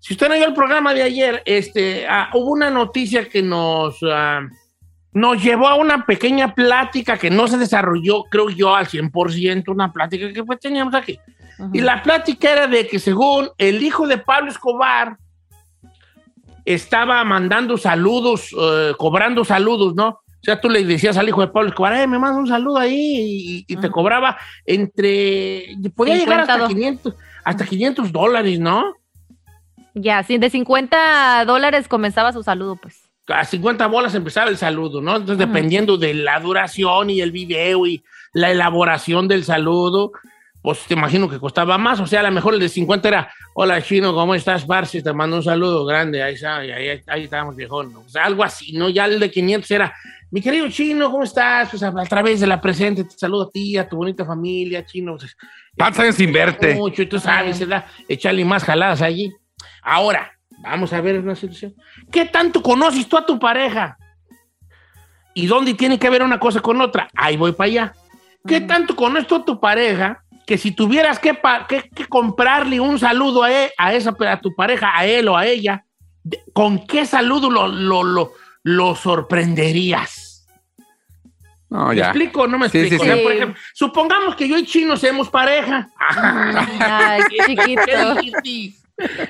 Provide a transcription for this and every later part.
Si usted no vio el programa de ayer, este, ah, hubo una noticia que nos, ah, nos llevó a una pequeña plática que no se desarrolló, creo yo, al 100%, una plática que pues, teníamos aquí. Y la plática era de que según el hijo de Pablo Escobar estaba mandando saludos, eh, cobrando saludos, ¿no? O sea, tú le decías al hijo de Pablo Escobar, eh, me manda un saludo ahí y, y te Ujú. cobraba entre, podía llegar 50 hasta do- 500, hasta 500 dólares, ¿no? Ya, sí, de 50 dólares comenzaba su saludo, pues. a 50 bolas empezaba el saludo, ¿no? Entonces, Ajá. dependiendo de la duración y el video y la elaboración del saludo, pues te imagino que costaba más. O sea, a lo mejor el de 50 era, hola chino, ¿cómo estás, Parce? Te mando un saludo grande, ahí, está, ahí, ahí, ahí estábamos viejón, ¿no? O sea, algo así, ¿no? Ya el de 500 era, mi querido chino, ¿cómo estás? Pues a, a través de la presente, te saludo a ti, a tu bonita familia, chino. Pues, ¿Cuántos años sin verte? mucho, y tú sabes, ¿verdad? Echarle más jaladas allí. Ahora, vamos a ver una situación. ¿Qué tanto conoces tú a tu pareja? ¿Y dónde tiene que ver una cosa con otra? Ahí voy para allá. ¿Qué Ujú. tanto conoces tú a tu pareja que si tuvieras que, pa- que- que comprarle un saludo a, e- a esa, a tu pareja, a él o a ella, de- ¿con qué saludo lo, lo, lo, lo sorprenderías? No, ¿Me Oh, ya. explico o no me Sí, sí, explico? O sea, sí. por ejemplo, supongamos que yo y Chino seamos pareja. Ay, chiquito. ¿Qué dijiste?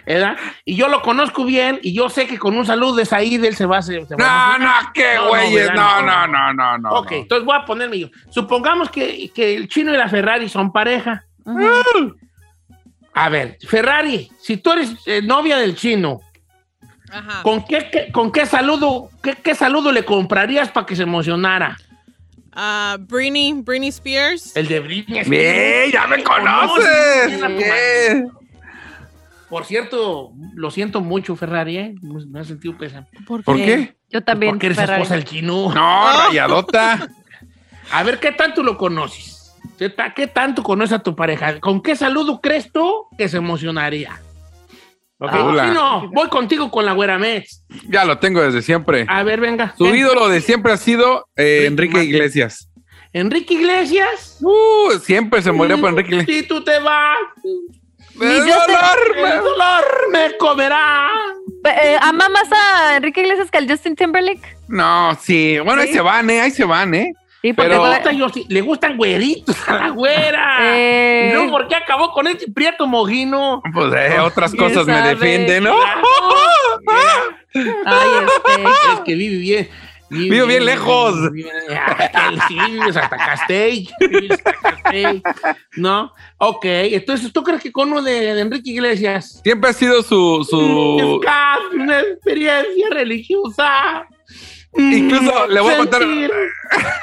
¿Verdad? Y yo lo conozco bien y yo sé que con un saludo de Said él se va a hacer. se va a No, hacer. no, qué No, no, güeyes. ¿verdad? No, no, no, no, no. ok, entonces voy a ponerme yo. Supongamos que, que el chino y la Ferrari son pareja. Ujú. A ver, Ferrari, si tú eres eh, novia del chino, Ajá. ¿con qué, qué- con qué saludo qué, qué saludo le comprarías para que se emocionara? Ah, Britney, Britney Eh. Spears. El de Britney. no. Bien, Spears. ya me conoces, conoces. bien, Bien. Por cierto, lo siento mucho, Ferrari, ¿eh? Me ha sentido pesado. ¿Por qué? Yo también. Porque eres Ferrari. esposa del chino. No, rayadota. A ver, ¿qué tanto lo conoces? ¿Qué, ta- qué tanto conoces a tu pareja? ¿Con qué saludo crees tú que se emocionaría? Ok, Hola. sí, no, voy contigo con la güera Mets. Ya lo tengo desde siempre. A ver, venga. Su Ven. ídolo de siempre ha sido eh, Enrique Ah, Martin. Iglesias. Enrique Iglesias. Uh, siempre se murió por Enrique Iglesias. Si tú te vas, ¡El Dios te- dolor, el me- dolor me comerá. Eh, ¿Ama más a Enrique Iglesias que al Justin Timberlake? No, sí. Bueno, ahí Sí. se van, ¿eh? Ahí se van, ¿eh? Sí, Le, Pero- gusta yo sí, le gustan güeritos a la güera. Eh. No, ¿por qué acabó con este prieto mojino? Pues eh, Oh, otras ¿Quién cosas me sabe? defienden, ¿no? Ay, este. Es que vive bien. Vive, Vive bien lejos. vive bien- hasta el- sí, vives hasta Castell. vives hasta Castell, ¿No? Ok, entonces tú crees que con uno de, de Enrique Iglesias. Siempre ha sido su. su... Es casi una experiencia religiosa. Mm, Incluso le voy a contar- Sentir.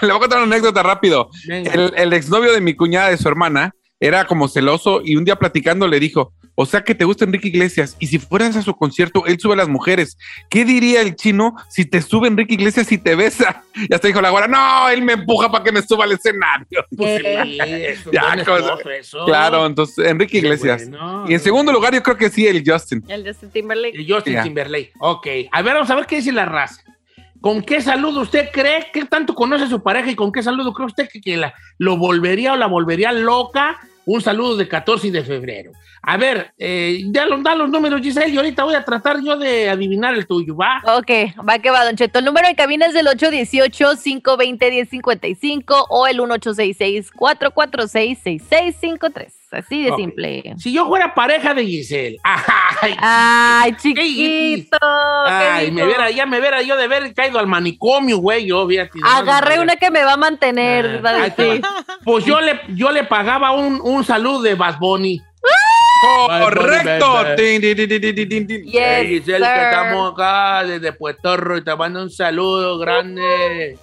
Le voy a contar una anécdota rápido. Venga. El, el exnovio de mi cuñada, de su hermana, era como celoso y un día platicando le dijo, o sea que te gusta Enrique Iglesias y si fueras a su concierto, él sube a las mujeres. ¿Qué diría el chino si te sube Enrique Iglesias y te besa? Y hasta dijo la guarda, no, él me empuja para que me suba al escenario. Pues sí, es un Ya, buen cosa- esposo eso. Claro, entonces Enrique Iglesias. Oh. Bueno. Y en segundo lugar, yo creo que sí, el Justin. El Justin Timberlake. El Justin Ya. Timberlake. Ok. A ver, vamos a ver qué dice la raza. ¿Con qué saludo usted cree? ¿Qué tanto conoce a su pareja y con qué saludo cree usted que, que la, lo volvería o la volvería loca? Un saludo de 14 de febrero. A ver, eh, ya los, da los números, Giselle, y ahorita voy a tratar yo de adivinar el tuyo, ¿va? Ok, va que va, Don Cheto. El número de cabina es el 818-520-1055 o el 1866-446-6653. Así de Ok. simple. Si yo fuera pareja de Giselle. Ay, Ay, chiquito, chiquito. ay, me viera, ya me viera yo de haber caído al manicomio, güey. Yo, fíjate, no, Agarré no, una que me va a mantener. Ah, ahí te va. Pues yo le, yo le pagaba un, un saludo de Bad Bunny. Correcto. Bye, bye, bye. Tin, tin, tin, tin, tin, tin, tin. Hey, Yes, Eh, Giselle, que sir. estamos acá desde Puerto Rico y te mando un saludo grande.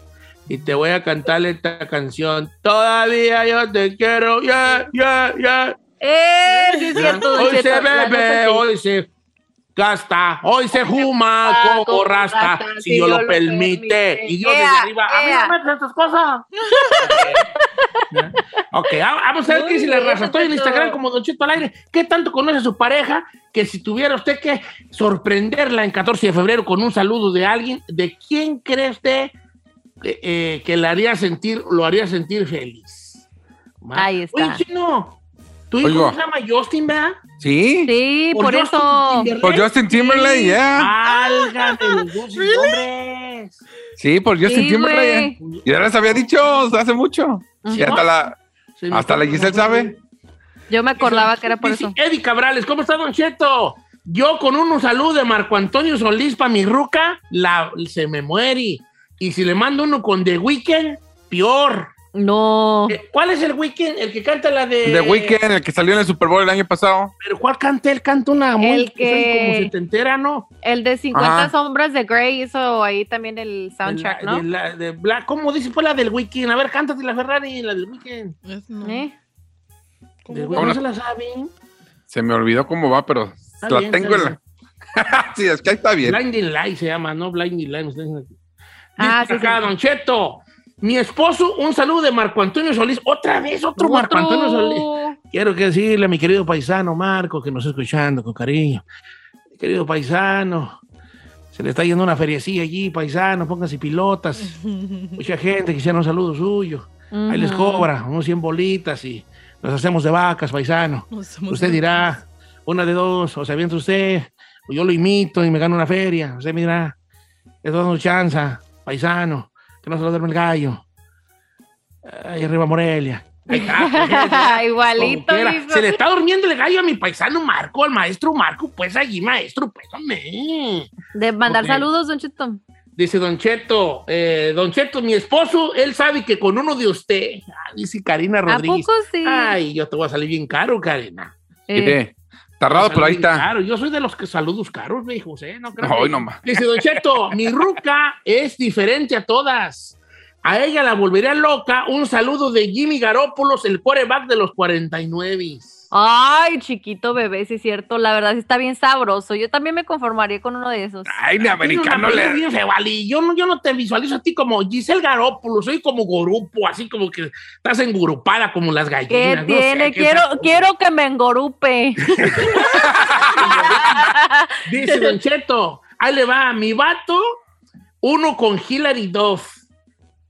Y te voy a cantar esta canción. Todavía yo te quiero. Yeah, yeah, yeah. Eh, sí es cierto, Don Hoy Cheto, se la neta bebe, sí. hoy se gasta, hoy se juma Ah, como rasta, si Dios lo permite. Y Dios desde Ea, arriba. A mí ea. no me haces estas cosas. Ok, ah, vamos a ver Muy qué dice la bien, raza. Estoy en Don Cheto. Instagram como Don Cheto al aire. ¿Qué tanto conoce a su pareja que si tuviera usted que sorprenderla en 14 de febrero con un saludo de alguien, ¿de quién cree usted eh, eh, que la haría sentir, lo haría sentir feliz? Ahí está. Oye, chino, Tu hijo Oigo. se llama Justin, ¿verdad? ¿Sí? Sí, ¿O por Justin eso. Ah. Timberlake? Por Justin Timberlake, Sí. ya. Válgame los dulces Really? nombres. Sí, por Justin Sí, Timberlake. güey. ya. Ya les había dicho hace mucho. Ujú. Y hasta la, Se me hasta la fue Giselle nombre. sabe. Yo me acordaba que era por Dice, eso. Eddie Cabrales, ¿cómo está, Don Cheto? Yo con un saludo de Marco Antonio Solís para mi ruca, la, se me muere. Y si le mando uno con The Weeknd, peor. No. Eh, ¿Cuál es el Weeknd? El que canta la de... Eh, The Weeknd, el que salió en el Super Bowl el año pasado. ¿Pero cuál canta? Él canta una muy... El que- Como se te entera, ¿no? El de 50 Ajá. sombras de Grey hizo ahí también el soundtrack, De la- ¿no? de la- de Black- ¿Cómo dice? Pues la del Weeknd. A ver, cántate la Ferrari, la del Weeknd. Es- no. ¿Eh? Del ¿Cómo Weeknd, va? ¿No se la saben? Se me olvidó cómo va, pero Está la bien, tengo en está la. sí, es que ahí está bien. Blinding Light se llama, ¿no? Blinding Light. ustedes- Ah, Dice sí, acá, sí. Don Cheto. Mi esposo, un saludo de Marco Antonio Solís. Otra vez, otro, Marco Antonio Solís. Quiero que decirle a mi querido paisano Marco, que nos está escuchando con cariño. Querido paisano, se le está yendo una feriecilla allí, paisano, pónganse pilotas. Mm. Mucha gente quisiera un saludo suyo. Ahí les Ujú. cobra unos 100 bolitas y nos hacemos de vacas, paisano. No somos Usted dirá, una de dos, o se avienta usted, o yo lo imito y me gano una feria. Usted me dirá, es dando chance, paisano, que no se lo duerme el gallo. Ahí arriba Morelia. Ahí está, pues, como Igualito, quiera. hijo. Se le está durmiendo el gallo a mi paisano Marco, al maestro Marco, pues allí, maestro, pues hombre. De mandar Ok. saludos, Don Cheto. Dice Don Cheto, eh, Don Cheto, mi esposo, él sabe que con uno de usted, ah, dice Karina ¿A Rodríguez. poco sí? Ay, yo te voy a salir bien caro, Karina. Eh, Eh, Tarrado, pero ahí Saludos está. caros. Yo soy de los que saludos caros, me dijo, ¿eh? No creo. Ay, que- no más. Dice, Don Cheto, mi ruca es diferente a todas. A ella la volvería loca. Un saludo de Jimmy Garópolos, el quarterback de los 49. Ay, chiquito bebé, sí es cierto. La verdad sí está bien sabroso. Yo también me conformaría con uno de esos. Ay, ni americano Tiene una le. piel bien feo, Ali. Yo no, yo no te visualizo a ti como Giselle Garópolis, soy como grupo, así como que estás engrupada como las gallinas. ¿Qué no sé, tiene? qué quiero, saco. quiero que me engorupe. Dice Don Cheto, ahí le va, mi vato, uno con Hilary Duff.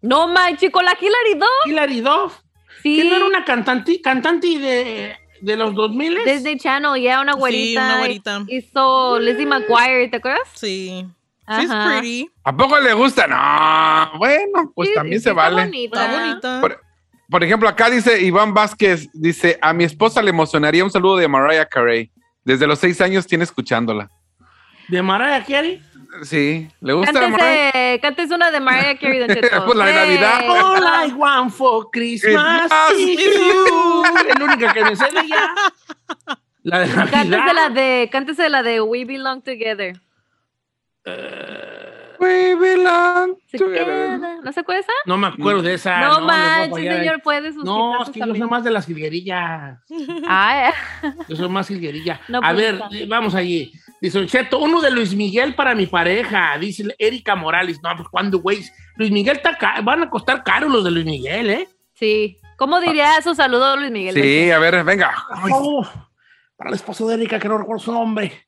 no manches, con la Hillary Duff. Hilary Duff, Sí. que no era una cantante, cantante de, de los 2000 Disney Channel, ya una Sí, güerita. una güerita. eh". Hizo Lizzie McGuire, ¿te acuerdas? Sí. She's Ajá. pretty. ¿A poco le gusta? No. Bueno, pues Sí, también sí se está vale. bonita. Está bonita. Por, por ejemplo, acá dice Iván Vázquez, dice, a mi esposa le emocionaría un saludo de Mariah Carey. Desde los seis años tiene escuchándola. de Mariah Carey. Sí, le gusta la Mariah. Cántese, cántese una de Mariah Carey, Don Cheto. Pues la de Navidad. Eh, All I want for Christmas is you. Es la única que me sé de ella. La de Cántese la Navidad. de, cántese la de We Belong Together. Eh, We belong together. Together. ¿No se acuerda esa? Ah, No me acuerdo de esa. No, les voy a manches, fallar ahí. señor, pues, puede sus No, quitazos es que yo soy también. más de las jilguerillas. Ay, Yo soy más jilguerilla. No, A pues, ver, está. eh, vamos allí. Dice Don Cheto, uno de Luis Miguel para mi pareja, dice Erika Morales. No, pues cuando, güey. Luis Miguel está ca- van a costar caro los de Luis Miguel, ¿eh? sí. ¿Cómo diría su saludo Luis Miguel? Sí, a ver, venga. Por favor, para el esposo de Erika, que no recuerdo su nombre.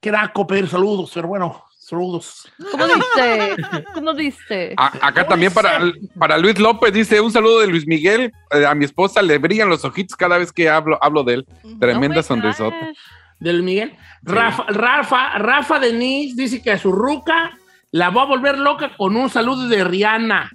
Queraco pedir saludos, pero bueno, saludos. ¿Cómo dice? ¿Cómo dice? A- Ah, acá también para, para Luis López dice un saludo de Luis Miguel. Eh, a mi esposa le brillan los ojitos cada vez que hablo, hablo de él. Tremenda Oh my sonrisota. gosh. De Luis Miguel. Rafa, Rafa, Rafa Denis dice que a su ruca la va a volver loca con un saludo de Rihanna.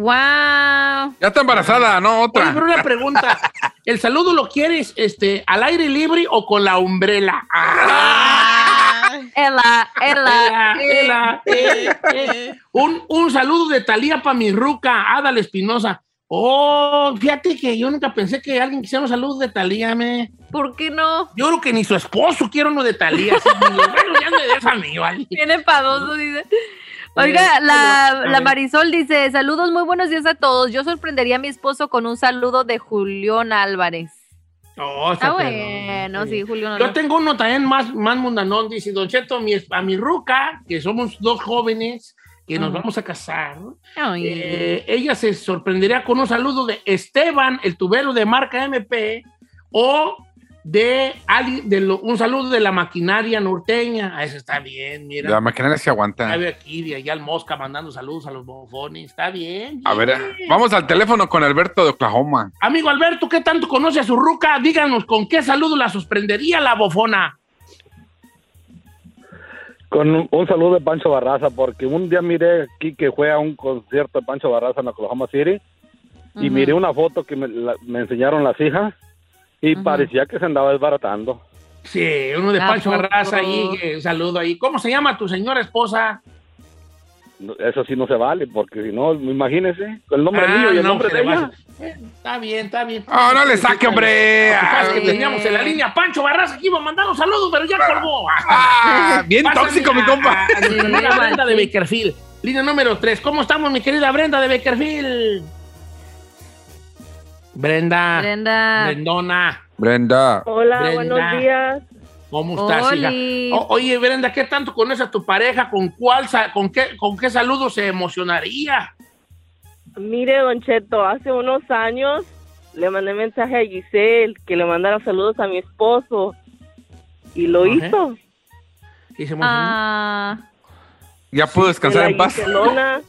Wow. Ya está embarazada, ¿no? Oye, Otra. pero una pregunta. ¿El saludo lo quieres este, al aire libre o con la umbrela? Ah. Ay, Ela, ela. Ela, ela, eh, eh. eh. Un, un saludo de Talía para mi ruca, Adal Espinosa. Oh, fíjate que yo nunca pensé que alguien quisiera un saludo de Talía, me. ¿Por qué no? Yo creo que ni su esposo quiere uno de Talía. sí, ni lo- bueno, ya me des a mí, ¿vale? Tiene pavoso, dice. Oiga, Eh, la, bueno, a la ver. Marisol dice, saludos, muy buenos días a todos. Yo sorprendería a mi esposo con un saludo de Julián Álvarez. Oh, está Está perrón, bueno, sí. sí, Julián Yo Álvarez. tengo uno también más, más mundanón, dice Don Cheto, mi, es- a mi ruca, que somos dos jóvenes que nos Ajá. vamos a casar. Ay. Eh, ella se sorprendería con un saludo de Esteban, el tubero de marca MP, o de, Ali- de lo- un saludo de la maquinaria norteña. Ah, Eso está bien, mira. La maquinaria se aguanta. Ya veo aquí de allá al Mosca mandando saludos a los bofones. Está bien. A ver, bien. vamos al teléfono con Alberto de Oklahoma. Amigo Alberto, ¿qué tanto conoce a su ruca? Díganos con qué saludo la sorprendería la bofona. Con un, un saludo de Pancho Barraza, porque un día miré aquí que fue a un concierto de Pancho Barraza en Oklahoma City y Ujú. miré una foto que me, la- me enseñaron las hijas y Ujú. parecía que se andaba desbaratando. Sí, uno de Ah, ¿A Pancho poco? Barraza ahí, eh, un saludo ahí. ¿Cómo se llama tu señora esposa? No, Eso sí no se vale, porque si no, imagínese, el nombre Ah, mío y el no, nombre se de le va a- ella. Eh, Está bien, está bien. ¡Ah, no le saque, hombre! Lo que pasa es que Ah, teníamos en la línea Pancho Barraza que iba a mandar un saludo, pero ya colgó. Ah, bien Pásame tóxico, a- mi compa. a mi amiga Sí. Brenda de Beckerfield. Línea número 3. ¿Cómo estamos, mi querida Brenda de Beckerfield? Brenda. Brenda. Brendona. Brenda. Hola, Brenda. buenos días. ¿Cómo estás, hija? Oli. O- oye, Brenda, ¿qué tanto conoces a tu pareja? ¿Con cuál, sa- con qué, con qué saludo se emocionaría? Mire, Don Cheto, hace unos años le mandé mensaje a Giselle que le mandara saludos a mi esposo y lo Ajá. hizo. Y se emocionó. Ah, Ya puedo descansar De en la paz. Giselona,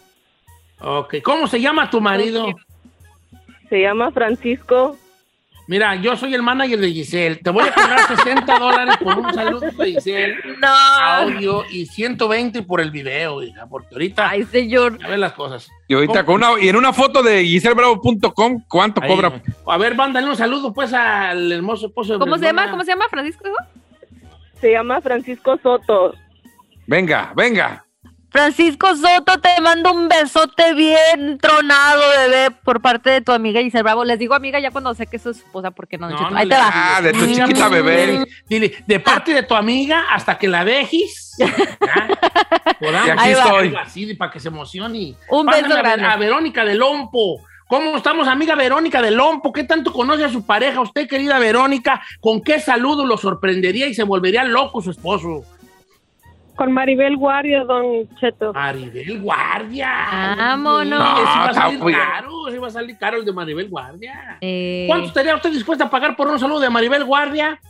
Ok. ¿Cómo se llama tu marido? se llama Francisco. Mira, yo soy el manager de Giselle. Te voy a cobrar 60 dólares por un saludo de Giselle, no. audio y 120 por el video, hija, porque ahorita Ay, señor. a ver las cosas. Y ahorita con una, y en una foto de giselbravo.com, ¿cuánto Ahí, cobra? güey. a ver, mándale un saludo pues al hermoso esposo de ¿Cómo se Brendona. llama? ¿Cómo se llama, Francisco? Se llama Francisco Soto. Venga, venga. Francisco Soto, te mando un besote bien tronado, bebé, por parte de tu amiga Giselle Bravo. Les digo amiga ya cuando sé que es su esposa, porque no, Don Cheto. Ahí le te va. Ah. digas. Ah, de tu Dígame, chiquita bebé. Dile, de parte de tu amiga hasta que la dejes. ¿ya? Podamos Y aquí hacer estoy. algo Así para que se emocione. Un Pásame beso a, grande. a Verónica de Lompo. ¿Cómo estamos, amiga Verónica de Lompo? ¿Qué tanto conoce a su pareja? Usted, querida Verónica, ¿con qué saludo lo sorprendería y se volvería loco su esposo? Con Maribel Guardia, Don Cheto. Ah. Maribel Guardia. Vámonos. Oye, sí va a No, salir está muy- caro, sí va a salir caro el de Maribel Guardia. Eh, ¿Cuánto estaría usted dispuesta a pagar por un saludo de Maribel Guardia?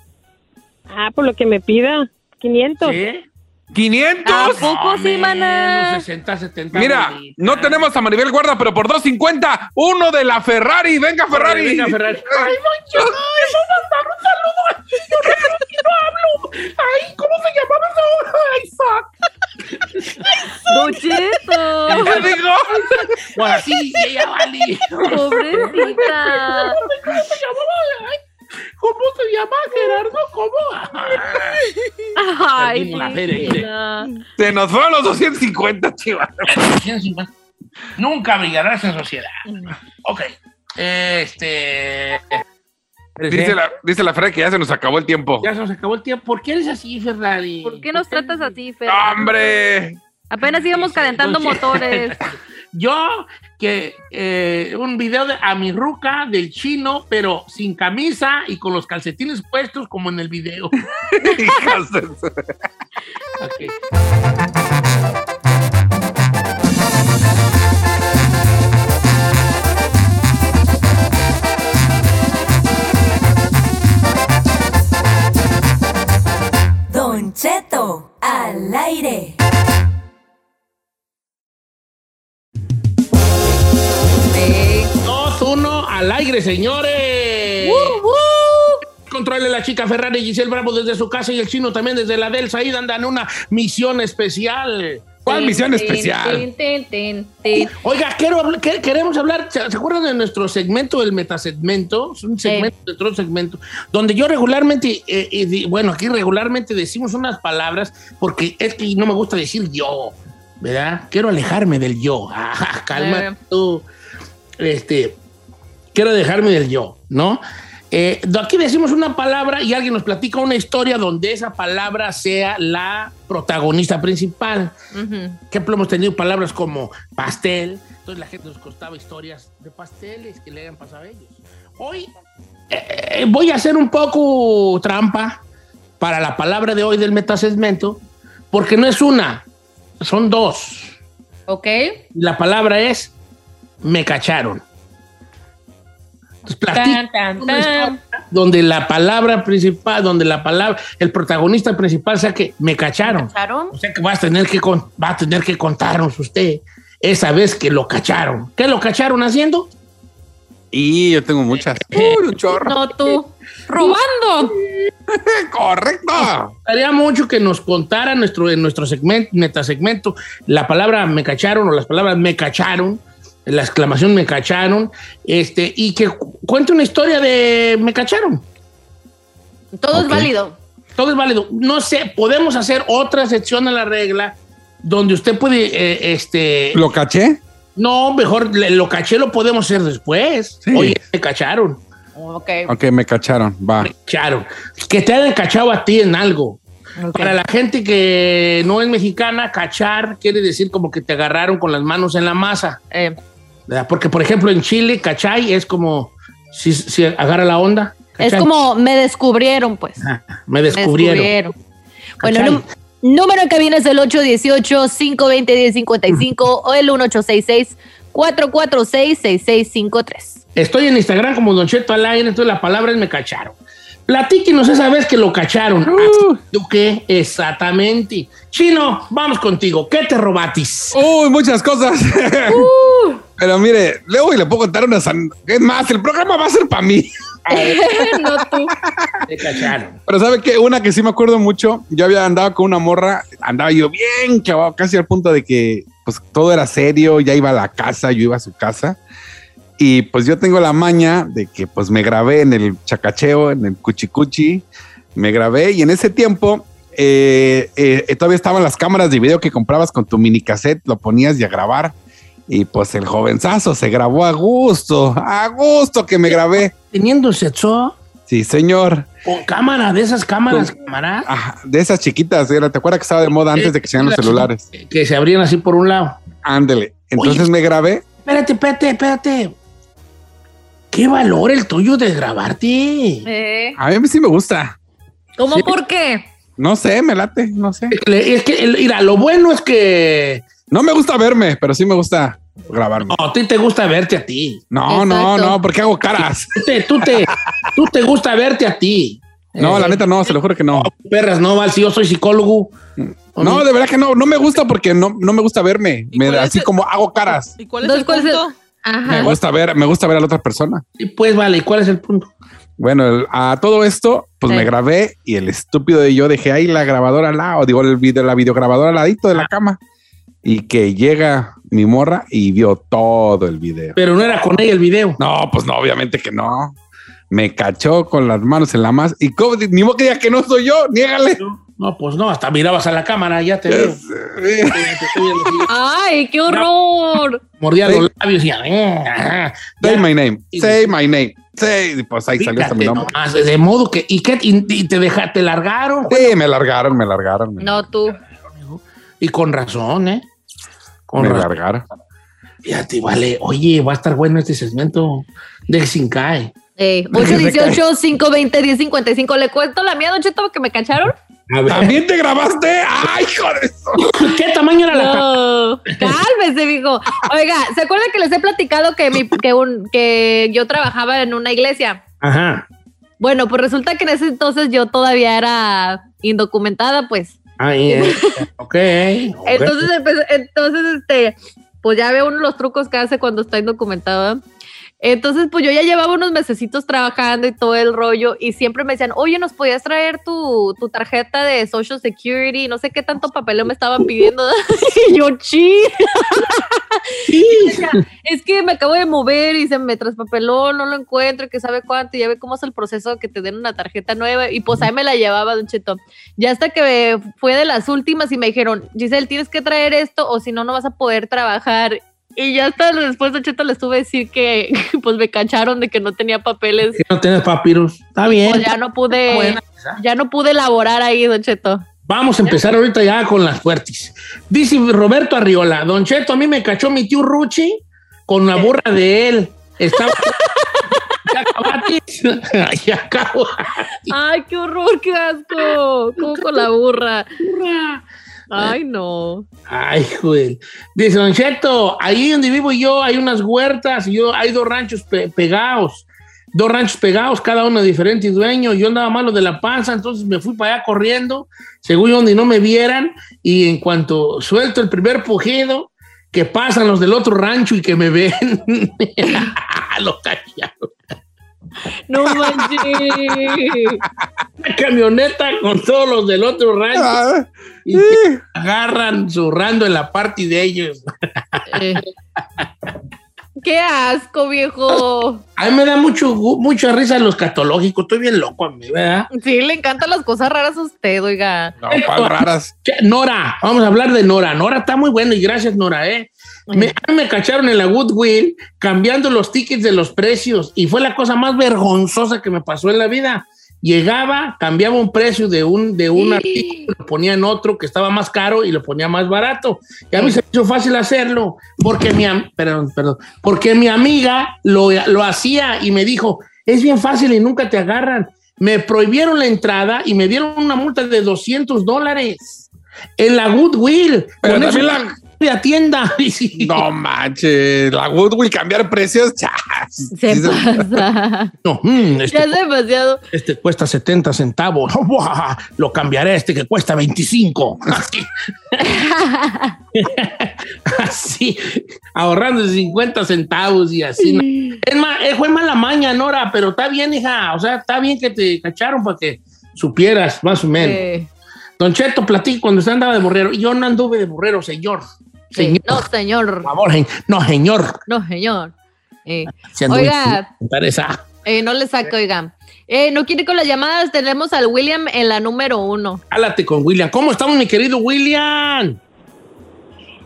Ah, por lo que me pida. 500. ¿Sí? ¿A Ah, ¿500? poco sí, Más o menos, maná? 60, 70. Mira, bolitas. no tenemos a Maribel Guarda, pero por 250, uno de la Ferrari. Venga, Ferrari. Venga, Ferrari. Ay, Moncho, no, eso mandar un saludo. Yo no sé si no hablo. Ay, ¿cómo se llamaba esa hora? Ay, fuck. Don Cheto, Te digo. Bueno, así, ella vale. pobrecita. ¿Cómo se llamaba? Ay, ¿Cómo se llama Gerardo? ¿Cómo? Ay, Ay, Perdimos la mi feria, mire. vida. Se nos fueron los 250, chivas. 150. Nunca brillarás en sociedad. Ok. Este. Dice la, dice la Ferrari que ya se nos acabó el tiempo. Ya se nos acabó el tiempo. ¿Por qué eres así, Ferrari? ¿Por qué nos tratas así, Fer? ¡Hombre! Apenas íbamos Sí, calentando Don Cheto. motores. Yo, que eh, un video de a mi ruca del chino, pero sin camisa y con los calcetines puestos, como en el video. Hijas de su- Ok. Don Cheto, al aire. Dos, uno, al aire, señores. Controle la chica Ferrari, Giselle Bravo desde su casa y el chino también desde la del Said andan en una misión especial. ¿Cuál misión Tin, especial? tin, tin, tin, tin. Oiga, quiero habl- que- queremos hablar, ¿se se acuerdan de nuestro segmento, el metasegmento? Es un segmento de otro segmento, donde yo regularmente, eh, y di- bueno, aquí regularmente decimos unas palabras, porque es que no me gusta decir yo, ¿verdad? Quiero alejarme del yo. Ah, calma Eh. tú. Este, quiero dejarme del yo, ¿no? Eh, do- aquí decimos una palabra y alguien nos platica una historia donde esa palabra sea la protagonista principal Ujú. ejemplo, hemos tenido palabras como pastel. Entonces la gente nos contaba historias de pasteles que le hayan pasado a ellos. Hoy eh, eh, voy a hacer un poco trampa para la palabra de hoy del metasegmento, porque no es una, son dos. Ok. La palabra es me cacharon. Entonces, platica Tan, tan, una historia tan. donde la palabra principal, donde la palabra, el protagonista principal sea que me cacharon. ¿Cacharon? O sea que va a tener que con- va a tener que contarnos usted esa vez que lo cacharon. ¿Qué lo cacharon haciendo? Y yo tengo muchas. Uy, un chorro. No tú. Robando. Correcto. gustaría mucho que nos contara nuestro, en nuestro segmento, metasegmento, la palabra me cacharon o las palabras me cacharon, la exclamación me cacharon, este, y que cu- cuente una historia de me cacharon. Todo es Ok. válido. Todo es válido. No sé, podemos hacer otra sección a la regla donde usted puede, eh, este, ¿Lo caché? no, mejor le- lo caché lo podemos hacer después. Sí. Oye, me cacharon. Ok. Ok, me cacharon. Va. Claro, que te hayan cachado a ti en algo. Ok. Para la gente que no es mexicana, cachar quiere decir como que te agarraron con las manos en la masa. Eh, ¿verdad? Porque, por ejemplo, en Chile, cachay es como si, si agarra la onda. Es cachay. como me descubrieron, pues. Ah, me Me descubrieron. descubrieron. Bueno, Cachay. num- número que viene es el 818-520-1055 o el 1866-446-6653. Estoy en Instagram como Don Cheto al aire, entonces la palabra es me cacharon. Platíquenos esa vez que lo cacharon. ¿Tú qué? Exactamente. Chino, vamos contigo. ¿Qué te robatis? Uy, muchas cosas. Pero mire, luego le puedo contar unas. an- Es más, el programa va a ser para mí. no tú. Te cacharon. Pero sabe que una que sí me acuerdo mucho, yo había andado con una morra, andaba yo bien clavado, casi al punto de que pues todo era serio, ya iba a la casa, yo iba a su casa. Y pues yo tengo la maña de que pues me grabé en el chacacheo, en el cuchicuchi, me grabé y en ese tiempo eh, eh, todavía estaban las cámaras de video que comprabas con tu mini cassette, lo ponías y a grabar. Y pues el jovenzazo se grabó a gusto, a gusto que me grabé. Teniendo sexo Sí, señor. con cámara, de esas cámaras, cámara. Ajá, de esas chiquitas, era, ¿te acuerdas que estaba de moda antes de que sean los Las celulares? que- Que se abrían así por un lado. Ándele. Entonces me grabé. Espérate, espérate, espérate. ¿Qué valor el tuyo de grabarte? Eh, A mí sí me gusta. ¿Cómo por qué? No sé, me late, no sé. Le- Es que, el- mira, lo bueno es que No me gusta verme, pero sí me gusta grabarme. no, a ti te gusta verte a ti. No, no, no, porque hago caras. Tú te, tú te, tú te gusta verte a ti. No, Eh, la neta no, se lo juro que no. Perras, no, Val, si yo soy psicólogo. No, de verdad que no, no me gusta porque no, no me gusta verme. ¿Y Me- cuál es así el- como hago caras. ¿Y cuál es Dos el cosas- punto? Me Ajá. gusta ver, me gusta ver a la otra persona. Sí, pues vale, ¿y ¿cuál es el punto? Bueno, el- a todo esto, pues Sí. me grabé y el estúpido de yo dejé ahí la grabadora al lado, digo, el video, la videograbadora al ladito Ah. de la cama. Y que llega mi morra y vio todo el video. Pero no era con ella el video. No, pues no, obviamente que no. Me cachó con las manos en la masa. Y cómo, ni modo que diga que no soy yo, niégale. No, pues no, hasta mirabas a la cámara, ya te veo. Eh, Te estoy viendo así, Ay, qué horror. Mordía Sí. los labios y ah, Say ya, my name, say my name. Say, y pues ahí salió hasta mi fíjate nombre. nomás, de modo que, ¿y qué? ¿Y, y te deja, te largaron? Sí, me largaron, me largaron. me- No tú. Y con razón, ¿eh? Con me razón. largaron. Fíjate, vale. Oye, va a estar bueno este segmento de Sincae. Eh, 818-520-1055. ¿Le cuento la mía, Don Cheto, que me cacharon? A ¿También te grabaste? ¡Ay, hijo de eso! ¿Qué tamaño era la cámara? No, cálmese, dijo. Oiga, ¿se acuerdan que les he platicado que, mi- que, un- que yo trabajaba en una iglesia? Ajá. Bueno, pues resulta que en ese entonces yo todavía era indocumentada, pues. Ahí, eh. ok. Entonces, empe- entonces, este, pues ya veo uno de los trucos que hace cuando está indocumentada. Entonces, pues yo ya llevaba unos mesecitos trabajando y todo el rollo y siempre me decían, oye, ¿nos podías traer tu, tu tarjeta de Social Security? No sé qué tanto papeleo me estaban pidiendo. y yo, chis. Decía, es que me acabo de mover y se me traspapeló, no lo encuentro, que sabe cuánto, y ya ve cómo es el proceso de que te den una tarjeta nueva. Y pues ahí me la llevaba, Don Cheto. Ya hasta que fue de las últimas y me dijeron, Giselle, tienes que traer esto o si no, no vas a poder trabajar. Y ya hasta después, Don Cheto, les tuve que decir que pues me cacharon de que no tenía papeles. Que no tienes papiros. Está bien. Pues ya no pude, Buena esa. ya no pude elaborar ahí, Don Cheto. Vamos a empezar ahorita ya con las fuertes. Dice Roberto Arriola, Don Cheto, a mí me cachó mi tío Ruchi con la burra de él. Estaba... ya acabaste. ya acabo. Ay, qué horror, qué asco. Como con la burra. Ay, no. Ay, güey. Dice Don Cheto, ahí donde vivo yo hay unas huertas y yo hay dos ranchos pe- pegados. dos ranchos pegados, cada uno de diferentes dueños. Yo andaba malo de la panza, entonces me fui para allá corriendo, según yo, donde no me vieran. Y en cuanto suelto el primer pujido, que pasan los del otro rancho y que me ven. Lo callaron. No manches. Una camioneta con todos los del otro rancho Ah, y que me agarran zurrando en la parte de ellos. Eh. Qué asco, viejo. A mí me da mucho, gu- mucha risa los catológicos. Estoy bien loco a mí, ¿verdad? Sí, le encantan las cosas raras a usted, oiga. no, pan raras. Che, Nora, vamos a hablar de Nora. Nora está muy bueno y gracias, Nora, ¿eh? Me, a mí me cacharon en la Goodwill cambiando los tickets de los precios y fue la cosa más vergonzosa que me pasó en la vida. Llegaba, cambiaba un precio de un, de un artículo, lo ponía en otro que estaba más caro y lo ponía más barato. Y a mí se me hizo fácil hacerlo porque mi, am- perdón, perdón, porque mi amiga lo, lo hacía y me dijo, es bien fácil y nunca te agarran. Me prohibieron la entrada y me dieron una multa de 200 dólares en la Goodwill. Pero Con también eso la- de la tienda. Y sí. No manches, la Goodwill cambiar precios. chas. Se Sí, pasa. No, mm, Ya este, es demasiado. este cuesta 70 centavos. Buah, Lo cambiaré a este que cuesta 25. Así. así, ahorrando 50 centavos y así. ¿no? Es más, eh, fue mala maña, Nora, pero está bien, hija. O sea, está bien que te cacharon para que supieras, más o menos. Eh, Don Cheto, platico cuando usted andaba de burrero. Yo no anduve de burrero, señor. Señor, eh, no, señor. por favor, gen- no, señor. No, señor. Eh, Si anduve Oiga. sin contar esa. eh, no le saca, oiga. Eh, no quiere ir con las llamadas. Tenemos al William en la número uno. Hálate con William. ¿Cómo estamos, mi querido William?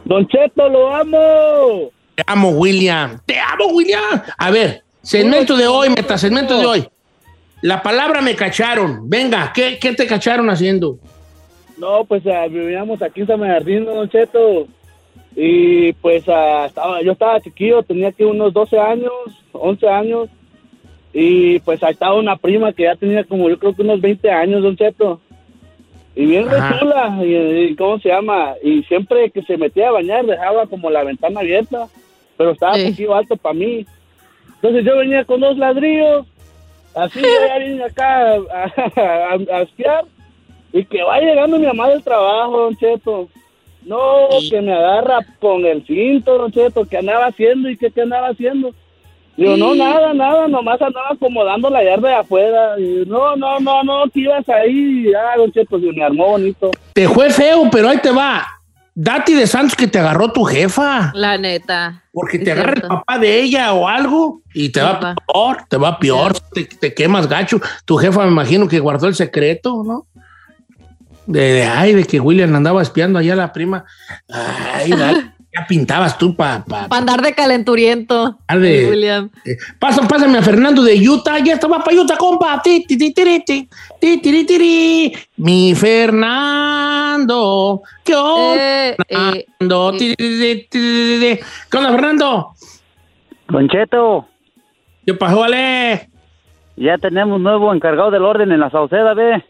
Don Cheto, lo amo. Te amo, William. Te amo, William. A ver, segmento de hoy, meta segmento de hoy. La palabra me cacharon. Venga, ¿qué, qué te cacharon haciendo? No, pues ah, vivíamos aquí en San Bernardino, Don Cheto. Y pues ah, estaba, yo estaba chiquillo, tenía que unos 12 años, 11 años. Y pues ahí estaba una prima que ya tenía como yo creo que unos 20 años, Don Cheto. Y bien Ajá. rechula, y, y ¿cómo se llama? Y siempre que se metía a bañar dejaba como la ventana abierta, pero estaba Sí. un poquito alto para mí. Entonces yo venía con dos ladrillos, así yo ya vine acá a, a, a- a espiar. Y que va llegando mi mamá del trabajo, don Cheto. No, que me agarra con el cinto, don Cheto, que andaba haciendo y que qué andaba haciendo. Digo, no, nada, nada, nomás andaba acomodando la yarda de afuera. Y, no, no, no, no, que ibas ahí. Ah, don Cheto, se me armó bonito. Te fue feo, pero ahí te va. Dati de Santos que te agarró tu jefa. La neta. Porque Es te agarra el cierto. papá de ella o algo y te va Ajá. peor, te va peor, te, te quemas gacho. Tu jefa me imagino que guardó el secreto, ¿no? De, de, ay, de que William andaba espiando allá a la prima. Ay, dale, ya pintabas tú para... Para andar de calenturiento. Ah, de- el William. Pasa, pásame a Fernando de Utah, ya estaba para Utah, compa. Ti, ti, ti, tiri, ti, ti, tiri, tiri. Mi Fernando, ¿qué onda? Eh, eh, Fernando? Ti, ti, ti, ti, ti, ti. ¿Qué onda, Fernando? Don Cheto, ¿Qué pasó, Ale? ya tenemos nuevo encargado del orden en la Sauceda, ve.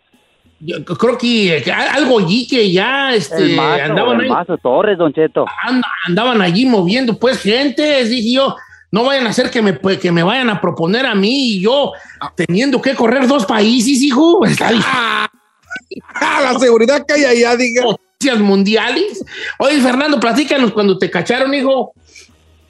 Yo c- creo que eh, a- algo allí que ya este, andaban, ahí- Torres, Don Cheto. and- andaban allí moviendo, pues, gente, dije yo, no vayan a hacer que me, pues, que me vayan a proponer a mí y yo teniendo que correr dos países, hijo, está Ah, la seguridad que hay allá, diga. noticias mundiales. Oye, Fernando, platícanos cuando te cacharon, hijo.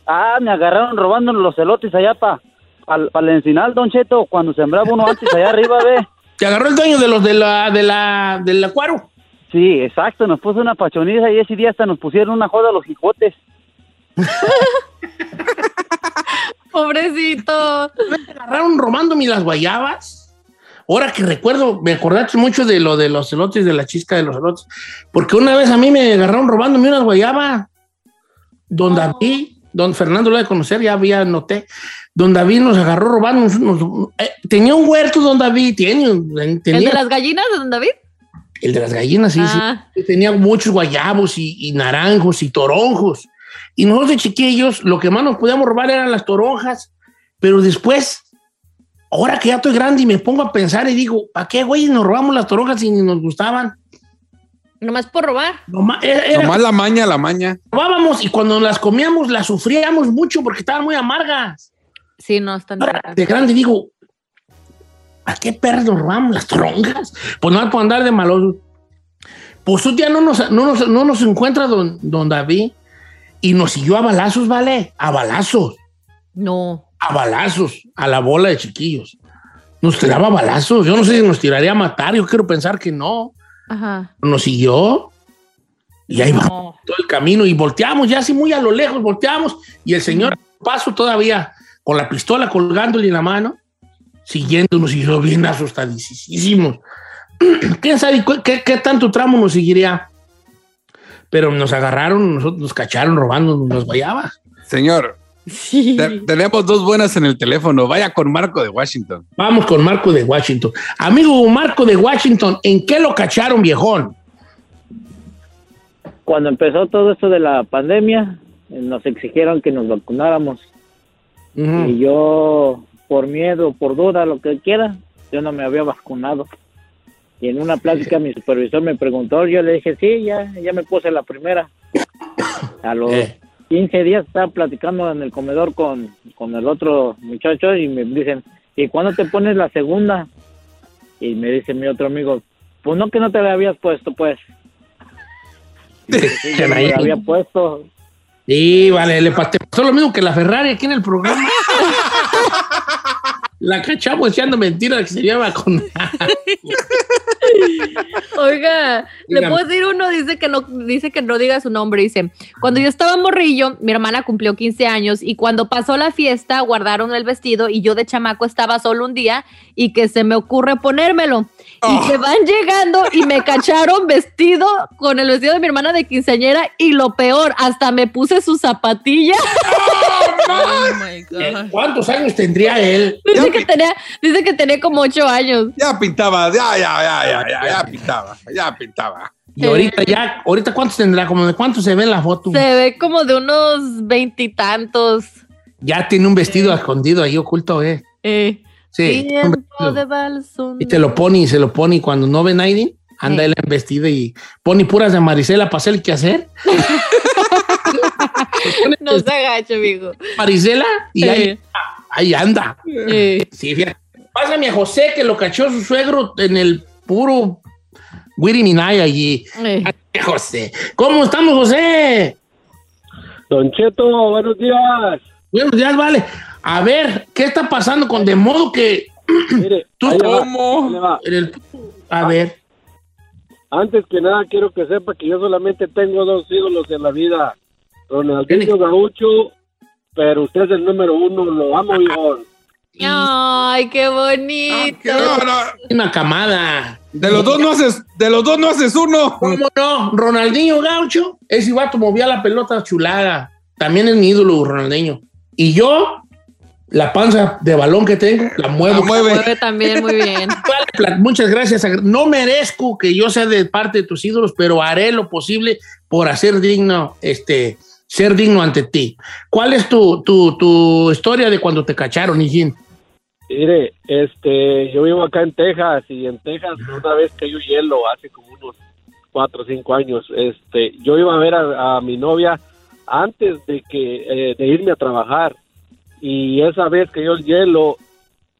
Ah, me agarraron robando los elotes allá para pa el encinal, Don Cheto, cuando sembraba uno antes allá arriba, ve. Te agarró el dueño de los de la, de la, del acuaro. Sí, exacto, nos puso una pachoniza y ese día hasta nos pusieron una joda a los jicotes. pobrecito. agarraron robándome las guayabas. Ahora que recuerdo, me acordaste mucho de lo de los elotes, de la chisca de los elotes, porque una vez a mí me agarraron robándome unas guayabas. Oh. Don David, don Fernando lo ha de conocer, ya había noté. Don David nos agarró robando. nos- nos- eh, tenía un huerto, don David, tiene, un- tenía ¿El de las gallinas, don David? gallinas, sí, sí Ah, que tenía muchos guayabos y, y naranjos y toronjos. Y nosotros de chiquillos, lo que más nos podíamos robar eran las toronjas, pero después, ahora que ya estoy grande y me pongo a pensar y digo, ¿para qué, güey, nos robamos las toronjas si ni nos gustaban? nomás por robar. Nomás, era- Eh. era- Nomás la maña, la maña. robábamos y cuando las comíamos las sufríamos mucho porque estaban muy amargas. Sí, no, están. Ahora, de grande digo, ¿a qué perros nos robamos las trongas? Pues no por andar de malos. Pues un día no nos, no nos, no nos encuentra don, don David y nos siguió a balazos, ¿vale? A balazos, No. a balazos, a la bola de chiquillos. Nos tiraba a balazos. Yo no sé si nos tiraría a matar, yo quiero pensar que no. Ajá. Nos siguió y ahí vamos No. todo el camino y volteamos, ya así muy a lo lejos, volteamos y el señor a paso todavía con la pistola colgándole en la mano, siguiéndonos y yo bien asustadísimos. ¿Quién sabe cu- qué, qué tanto tramo nos seguiría? Pero nos agarraron, nosotros nos cacharon robando las guayabas. Señor, Sí. te- tenemos dos buenas en el teléfono. Vaya con Marco de Washington. Vamos con Marco de Washington. Amigo Marco de Washington, ¿en qué lo cacharon, viejón? Cuando empezó todo esto de la pandemia, eh, nos exigieron que nos vacunáramos. Ujú. Y yo, por miedo, por duda, lo que quiera, yo no me había vacunado. Y en una plática mi supervisor me preguntó, yo le dije, sí, ya, ya me puse la primera. A los Eh, 15 días estaba platicando en el comedor con, con el otro muchacho y me dicen, ¿y cuándo te pones la segunda? Y me dice mi otro amigo, pues no que no te la habías puesto, pues. Y dije, sí, yo no me la había puesto. Sí, vale, le pas- te pasó lo mismo que la Ferrari aquí en el programa. la cachamos echando mentiras que se había vacunado. Oiga, le Dígame. puedo decir uno, dice que no, dice que no diga su nombre, dice, cuando yo estaba morrillo, mi hermana cumplió 15 años y cuando pasó la fiesta guardaron el vestido y yo de chamaco estaba solo un día y que se me ocurre ponérmelo. Oh. Y que van llegando y me cacharon vestido con el vestido de mi hermana de quinceañera y lo peor, hasta me puse su zapatilla. Oh my God. ¿Cuántos años tendría él? Dice que tenía, dice que tenía como 8 años. Ya pintaba, ya, ya, ya, ya, ya, Ah, ya pintaba, ya pintaba. Y ahorita ya, ahorita cuántos tendrá, como de cuánto se ve en la foto. Se ve como de unos veintitantos. Ya tiene un vestido escondido ahí oculto, ¿eh? Eh. Sí. un Tiempo vestido. de balsón. Y te lo pone y se lo pone y cuando no ve nadie, anda Sí. él en vestido y pone puras de Marisela para hacer el quehacer. No se agacho, amigo. Marisela y ahí, Sí. ahí anda. Eh, Sí, fíjate. Pásame a José que lo cachó su suegro en el puro Wiriminay allí. eh. Ay, José. ¿Cómo estamos, José? Don Cheto, buenos días. Buenos días, vale. A ver, ¿qué está pasando con de modo que Mire, Tú ahí le va, ¿Cómo? ahí le va. en el- a ver, Antes que nada, quiero que sepa que yo solamente tengo dos ídolos en la vida. Ronaldinho Gaucho, pero usted es el número uno. Lo amo, viejón. Ay, qué bonito. No, no, una camada. de los dos no haces, de los dos no haces uno. ¿Cómo no? Ronaldinho Gaucho, ese vato movía la pelota chulada. También es mi ídolo, Ronaldinho. Y yo, la panza de balón que tengo, la muevo. La mueve. Mueve también muy bien. Vale, Plat, Muchas gracias. Agre- No merezco que yo sea de parte de tus ídolos, pero haré lo posible por hacer digno, este, ser digno ante ti. ¿Cuál es tu, tu, tu historia de cuando te cacharon, Hijín? Mire, este, yo vivo acá en Texas y en Texas una vez cayó hielo hace como unos cuatro o cinco años. Este, yo iba a ver a, a mi novia antes de que eh, de irme a trabajar y esa vez cayó el hielo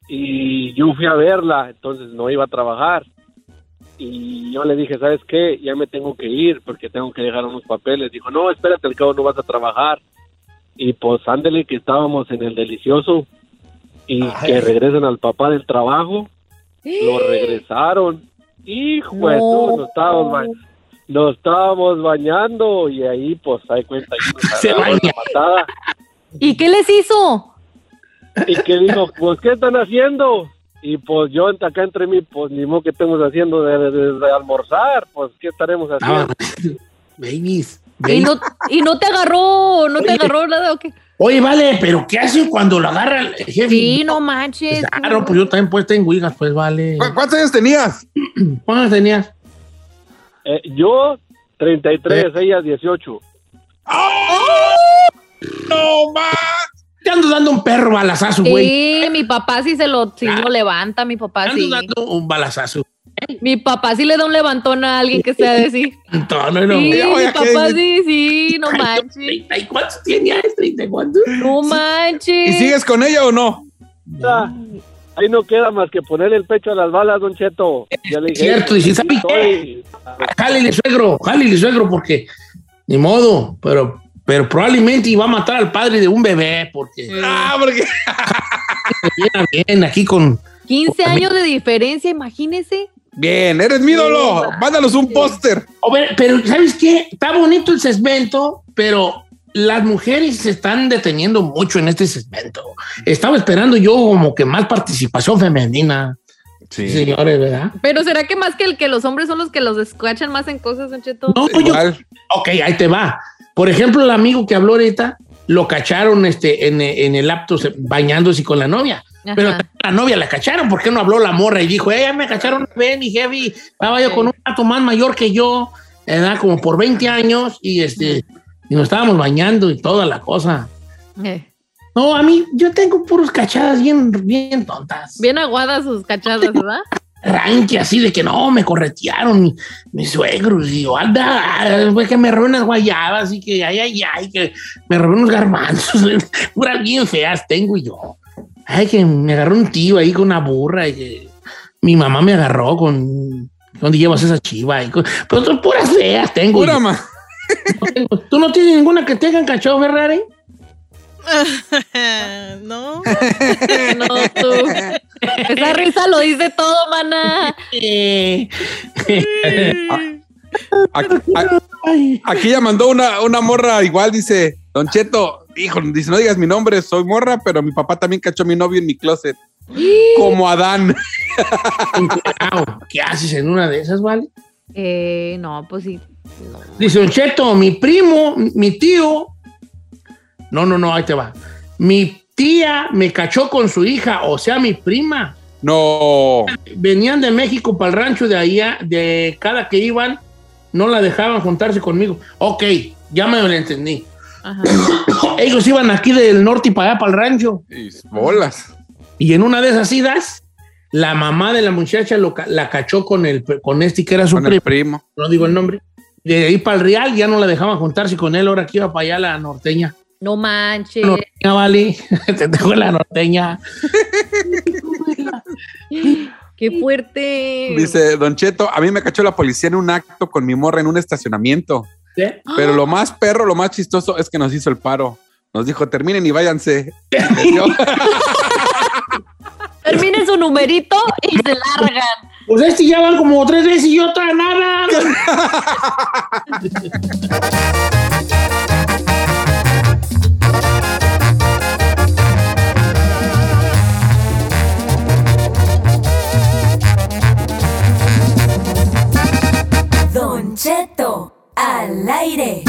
y yo fui a verla, entonces no iba a trabajar y yo le dije, sabes qué, ya me tengo que ir porque tengo que dejar unos papeles. Dijo, no, espérate, al cabo no vas a trabajar. Y pues ándele que estábamos en el delicioso y Ay. que regresen al papá del trabajo. Lo regresaron. Hijo, de tú, nos estábamos, ba- nos estábamos bañando y ahí pues hay cuenta. ahí nos Se agarramos la matada. ¿Y qué les hizo? Y que dijo, pues ¿qué están haciendo? Y pues yo ent- acá entre mí, pues ni modo que estemos haciendo de, de- de almorzar, pues ¿qué estaremos haciendo? Ah, Babies. ¿Y babies. no, y no te agarró, no te Oye. agarró nada o qué? Oye, vale, pero ¿qué hace cuando lo agarra el jefe? Sí, no manches. Claro, pues yo también pues tengo hijas, pues vale. ¿Cu- ¿Cuántos años tenías? ¿Cuántas tenías? Ah. Eh, yo, 33, Eh. ella 18. No más. Te ando dando un perro balazazo, güey. Ah. Sí, mi papá sí se lo, sí lo levanta, mi papá Te ando sí. dando un balazazo. Mi papá sí le da un levantón a alguien que sea de sí. No, no, no. sí, güey. oiga, mi ¿qué papá dice? sí, sí, no manches. ¿Treinta y cuántos tenía? ¿Treinta y cuántos? No manches. ¿Y sigues con ella o no? Ah, Ahí no queda más que ponerle el pecho a las balas, Don Cheto. Ya le dije, Cierto, y si sabe qué, estoy- jálele suegro, jálele suegro, porque ni modo, pero, pero probablemente iba a matar al padre de un bebé, porque Ah, porque. viene bien aquí con. 15 años de diferencia, imagínese. Bien, eres mi ídolo. Mándanos un póster. A ver, pero ¿sabes qué? Está bonito el segmento, pero las mujeres se están deteniendo mucho en este segmento. Estaba esperando yo como que más participación femenina, señores, ¿verdad? Pero será que más que el que los hombres son los que los escuachan más en cosas, Don Cheto? No, yo- Igual. Ok, ahí te va. Por ejemplo, el amigo que habló ahorita lo cacharon este, en, en el apto se- bañándose con la novia. Ajá. Pero también la novia la cacharon, ¿por qué no habló la morra y dijo, eh, ya me cacharon, ven y heavy, estaba yo con un gato más mayor que yo, edad como por 20 años, y este, y nos estábamos bañando y toda la cosa. Eh, No, a mí, yo tengo puros cachadas bien, bien tontas. Bien aguadas sus cachadas, ¿verdad? Ranque así de que no, me corretearon mi- mis suegros y yo, anda, ah, fue que me robé unas guayabas y que ay, ay, ay, que me robé unos garbanzos, puras bien feas tengo y yo. Ay, que me agarró un tío ahí con una burra y que mi mamá me agarró con ¿dónde llevas esa chiva? Y con- pero son puras feas tengo. Pura yo. ma- ¿Tú no tienes ninguna que tengan cachado, Ferrari? no. No, tú. Esa risa lo dice todo, mana. Eh, Aquí, a- ay. aquí ya mandó una, una morra igual, dice Don Cheto. Hijo, dice, no digas mi nombre, soy morra, pero mi papá también cachó a mi novio en mi closet. Como Adán. Encuerao. ¿Qué haces en una de esas, vale? Eh, no, pues sí. Dice Don Cheto, mi primo, mi tío. No, no, no, ahí te va. Mi tía me cachó con su hija, o sea, mi prima. No. Venían de México para el rancho de allá, de cada que iban, no la dejaban juntarse conmigo. Ok, ya me lo entendí. Ajá. Ellos iban aquí del norte y para allá, para el rancho. Y bolas. Y en una de esas idas, la mamá de la muchacha lo ca- la cachó con, el, con este que era su Con primo. el primo. no digo el nombre. De ahí para el Real ya no la dejaban juntarse con él, ahora que iba para allá la norteña. No manches. norteña, vale. Te dejo la norteña. Qué fuerte. Dice Don Cheto, a mí me cachó la policía en un acto con mi morra en un estacionamiento. ¿Eh? Pero lo más perro, lo más chistoso es que nos hizo el paro. Nos dijo, terminen y váyanse. Yo- Termine su numerito y se largan. Pues este ya van como tres veces y yo todavía nada. Don Cheto al aire.